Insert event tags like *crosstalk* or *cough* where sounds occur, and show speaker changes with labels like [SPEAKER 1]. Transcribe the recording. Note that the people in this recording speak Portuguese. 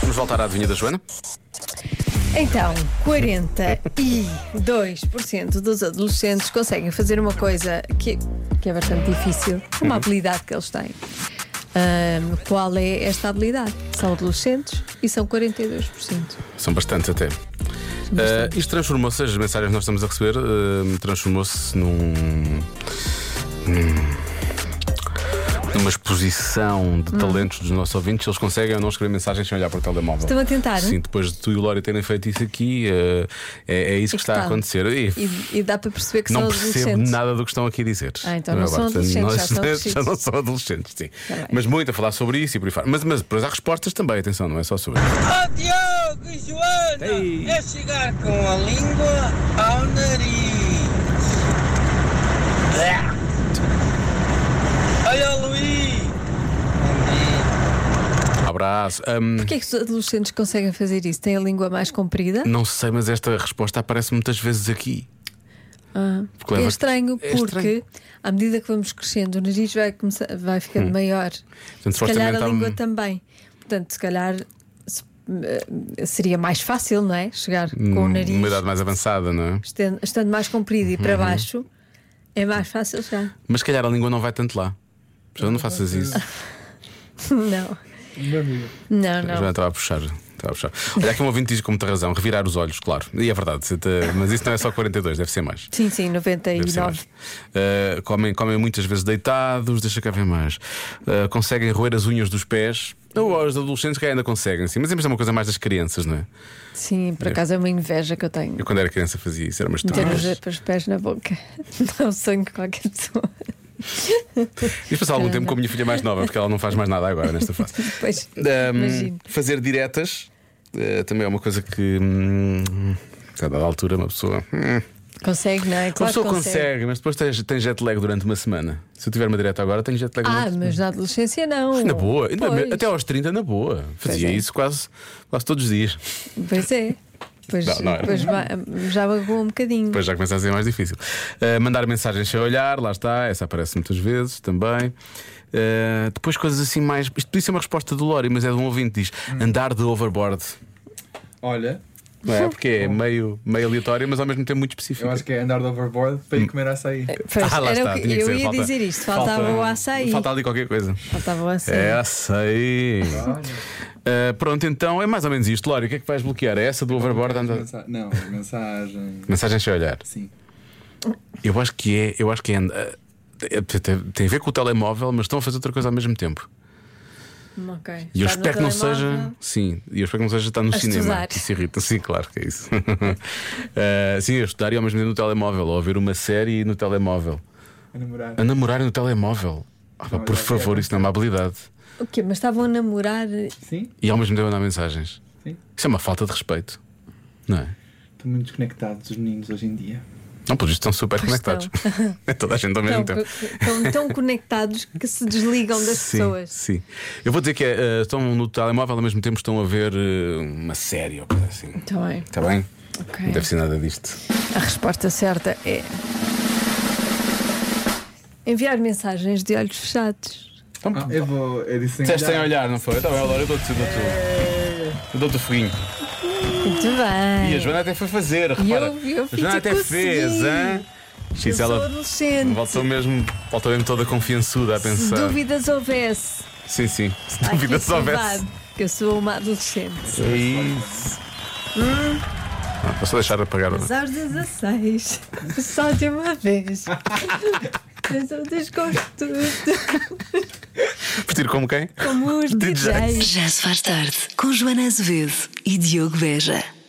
[SPEAKER 1] Vamos voltar à adivinha da Joana?
[SPEAKER 2] Então, 42% dos adolescentes conseguem fazer uma coisa que, que é bastante difícil,
[SPEAKER 1] Uhum.
[SPEAKER 2] uma habilidade que eles têm. Ahm, qual é esta habilidade? São adolescentes e são 42%.
[SPEAKER 1] São bastantes até. Ah, isto transformou-se, as mensagens que nós estamos a receber, ah, transformou-se num, num- numa exposição
[SPEAKER 2] Hum.
[SPEAKER 1] de talentos dos nossos ouvintes. Eles conseguem ou não escrever mensagens sem olhar para o telemóvel.
[SPEAKER 2] Estão a tentar?
[SPEAKER 1] Sim, depois de tu e o Lório terem feito isso aqui, ah, é, é isso que, está, a
[SPEAKER 2] está.
[SPEAKER 1] acontecer. E
[SPEAKER 2] E, e dá para perceber que
[SPEAKER 1] não
[SPEAKER 2] são
[SPEAKER 1] percebo
[SPEAKER 2] adolescentes.
[SPEAKER 1] nada do que estão aqui a dizer.
[SPEAKER 2] Ah, então
[SPEAKER 1] é
[SPEAKER 2] não são
[SPEAKER 1] agora, portanto,
[SPEAKER 2] adolescentes, já
[SPEAKER 1] nós-
[SPEAKER 2] são crescidos.
[SPEAKER 1] já não são adolescentes, sim.
[SPEAKER 2] bem.
[SPEAKER 1] Mas muito a falar sobre isso e por aí fora. Mas, mas depois há respostas também, atenção, não é só sobre isso.
[SPEAKER 3] Ó Diogo e Joana, é chegar com a língua ao nariz. Blá. Olha o Luís.
[SPEAKER 1] Abraço. Hum,
[SPEAKER 2] Porquê é que os adolescentes conseguem fazer isso? Têm a língua mais comprida?
[SPEAKER 1] não sei, mas esta resposta aparece muitas vezes aqui.
[SPEAKER 2] Ah,
[SPEAKER 1] Porque
[SPEAKER 2] é
[SPEAKER 1] leva-
[SPEAKER 2] estranho
[SPEAKER 1] é
[SPEAKER 2] porque
[SPEAKER 1] estranho.
[SPEAKER 2] à medida que vamos crescendo, o nariz vai, começar, vai ficando
[SPEAKER 1] Hum.
[SPEAKER 2] maior. se calhar
[SPEAKER 1] supostamente,
[SPEAKER 2] a
[SPEAKER 1] há um-
[SPEAKER 2] língua tá também. Portanto, se calhar se- eh, seria mais fácil, não é? Chegar com o nariz
[SPEAKER 1] um- Uma idade mais avançada, não é?
[SPEAKER 2] estendo, estando mais comprido e para
[SPEAKER 1] Uhum.
[SPEAKER 2] baixo, é mais fácil chegar. *laughs*
[SPEAKER 1] Mas se calhar a língua não vai tanto lá. Joana, não faças isso.
[SPEAKER 2] não. Não,
[SPEAKER 1] A Joana
[SPEAKER 2] não.
[SPEAKER 1] estava a puxar. Estava a puxar. Olha, aqui um ouvinte diz com muita razão: revirar os olhos, claro. E é verdade, se te- mas isso não é só 42, deve ser mais.
[SPEAKER 2] Sim, sim,
[SPEAKER 1] Deve ser mais.
[SPEAKER 2] 99.
[SPEAKER 1] Uh, comem, comem muitas vezes deitados, deixa cá ver mais. Uh, conseguem roer as unhas dos pés. Ou os adolescentes que ainda conseguem, sim, mas é uma coisa mais das crianças, não é?
[SPEAKER 2] Sim, por acaso é uma inveja que eu tenho.
[SPEAKER 1] Eu quando era criança fazia isso, era uma
[SPEAKER 2] Meter
[SPEAKER 1] estupidez.
[SPEAKER 2] os, os pés na boca. *laughs* Dá um sangue de qualquer pessoa.
[SPEAKER 1] *laughs* Isto passar algum tempo com a minha filha mais nova, porque ela não faz mais nada agora nesta fase.
[SPEAKER 2] Pois,
[SPEAKER 1] Um,
[SPEAKER 2] imagino.
[SPEAKER 1] fazer diretas uh, também é uma coisa que. Hum, a dada altura, uma pessoa. hum,
[SPEAKER 2] Consegue, não é?
[SPEAKER 1] uma
[SPEAKER 2] Claro que
[SPEAKER 1] pessoa consegue. mas depois tens, tens jet lag durante uma semana. Se eu tiver uma direta agora, tenho jet lag durante
[SPEAKER 2] Ah, mas na adolescência não.
[SPEAKER 1] Na boa, ainda
[SPEAKER 2] Pois.
[SPEAKER 1] me- até aos 30 na boa. Fazia
[SPEAKER 2] é.
[SPEAKER 1] isso quase, quase todos os dias.
[SPEAKER 2] Pois é. Pois,
[SPEAKER 1] Não, é. não era.
[SPEAKER 2] pois vai- já bagou um bocadinho.
[SPEAKER 1] Depois já começa a ser mais difícil. Ah, mandar mensagens sem olhar, lá está, essa aparece muitas vezes também. Ah, depois coisas assim mais. Isto podia ser uma resposta do Lori, mas é de um ouvinte diz:
[SPEAKER 4] Hum.
[SPEAKER 1] andar de overboard.
[SPEAKER 4] Olha,
[SPEAKER 1] Não
[SPEAKER 4] *laughs*
[SPEAKER 1] é? Porque é meio, meio aleatório, mas ao mesmo tempo muito específico.
[SPEAKER 4] eu acho que é andar de overboard
[SPEAKER 1] Hum.
[SPEAKER 4] para ir comer açaí.
[SPEAKER 2] Eh, Pois,
[SPEAKER 1] Ah, lá
[SPEAKER 2] era
[SPEAKER 1] está,
[SPEAKER 2] o que-
[SPEAKER 1] tinha que
[SPEAKER 2] eu
[SPEAKER 1] ser,
[SPEAKER 2] ia
[SPEAKER 1] falta-
[SPEAKER 2] dizer isto, faltava o açaí.
[SPEAKER 1] Falta ali qualquer coisa.
[SPEAKER 2] Faltava o açaí.
[SPEAKER 1] É açaí. Ah, pronto, então é mais ou menos isto, Lori. O que é que vais bloquear? É essa do overboard? Andar...
[SPEAKER 4] Mensa- Não, mensagem.
[SPEAKER 1] Mensagens sem olhar.
[SPEAKER 4] Sim.
[SPEAKER 1] Eu acho que é, eu acho que é, eh, eh, tem, tem a ver com o telemóvel, mas estão a fazer outra coisa ao mesmo tempo.
[SPEAKER 2] Ok.
[SPEAKER 1] E eu
[SPEAKER 2] Está no
[SPEAKER 1] espero que não
[SPEAKER 2] telemóvel.
[SPEAKER 1] seja. Sim, e eu espero que não seja estar no
[SPEAKER 2] A
[SPEAKER 1] cinema.
[SPEAKER 2] estudar.
[SPEAKER 1] Isso irrita, sim, claro que é isso. *laughs* Eh, sim, a estudar e ao mesmo tempo no telemóvel, ou a ver uma série no telemóvel.
[SPEAKER 4] A namorar.
[SPEAKER 1] A namorar no telemóvel. Ah, pá, por
[SPEAKER 4] já
[SPEAKER 1] favor,
[SPEAKER 4] quero.
[SPEAKER 1] isso não é uma habilidade.
[SPEAKER 2] O quê? Mas estavam a namorar. eh,
[SPEAKER 4] Sim,
[SPEAKER 1] E ao mesmo tempo mandar mensagens.
[SPEAKER 4] Sim.
[SPEAKER 1] Isso é uma falta de respeito. Não é?
[SPEAKER 4] estão muito desconectados os meninos hoje em dia.
[SPEAKER 1] Não, pois isto estão super
[SPEAKER 2] Pois
[SPEAKER 1] conectados. *laughs* É toda a gente ao mesmo
[SPEAKER 2] Estão,
[SPEAKER 1] tempo.
[SPEAKER 2] estão tão conectados que se desligam das
[SPEAKER 1] sim,
[SPEAKER 2] pessoas.
[SPEAKER 1] Sim. Eu vou dizer que é, eh, estão no telemóvel ao mesmo tempo estão a ver eh, uma série ou coisa assim.
[SPEAKER 2] Está bem.
[SPEAKER 1] Está bem?
[SPEAKER 2] ok.
[SPEAKER 1] Não deve ser nada disto.
[SPEAKER 2] A resposta certa é. Enviar mensagens de olhos fechados.
[SPEAKER 1] Então,
[SPEAKER 4] Ah, eu vou. Eu disse
[SPEAKER 1] Disseste sem olhar, não foi? Está bem, Laura, eu dou-te dou eu dou-te o foguinho.
[SPEAKER 2] Muito bem.
[SPEAKER 1] E a Joana até foi fazer,
[SPEAKER 2] E
[SPEAKER 1] repara.
[SPEAKER 2] eu- eu
[SPEAKER 1] a Joana até
[SPEAKER 2] consegui.
[SPEAKER 1] fez, hein?
[SPEAKER 2] Eu
[SPEAKER 1] X,
[SPEAKER 2] sou
[SPEAKER 1] ela
[SPEAKER 2] adolescente.
[SPEAKER 1] voltou mesmo, voltou mesmo toda confiançuda a
[SPEAKER 2] Se
[SPEAKER 1] pensar.
[SPEAKER 2] dúvidas houvesse.
[SPEAKER 1] Sim, sim. Se
[SPEAKER 2] Ai, que
[SPEAKER 1] dúvida se houvesse.
[SPEAKER 2] saudade, Que eu sou uma adolescente.
[SPEAKER 1] É isso.
[SPEAKER 2] Hum?
[SPEAKER 1] Ah, vou só deixar apagar.
[SPEAKER 2] Mas aos 16, só de uma vez. Mas eu desgosto
[SPEAKER 1] Vestir como quem?
[SPEAKER 2] como os
[SPEAKER 1] DJs.
[SPEAKER 2] DJs.
[SPEAKER 5] Já se faz tarde com Joana Azevedo e Diogo Beja.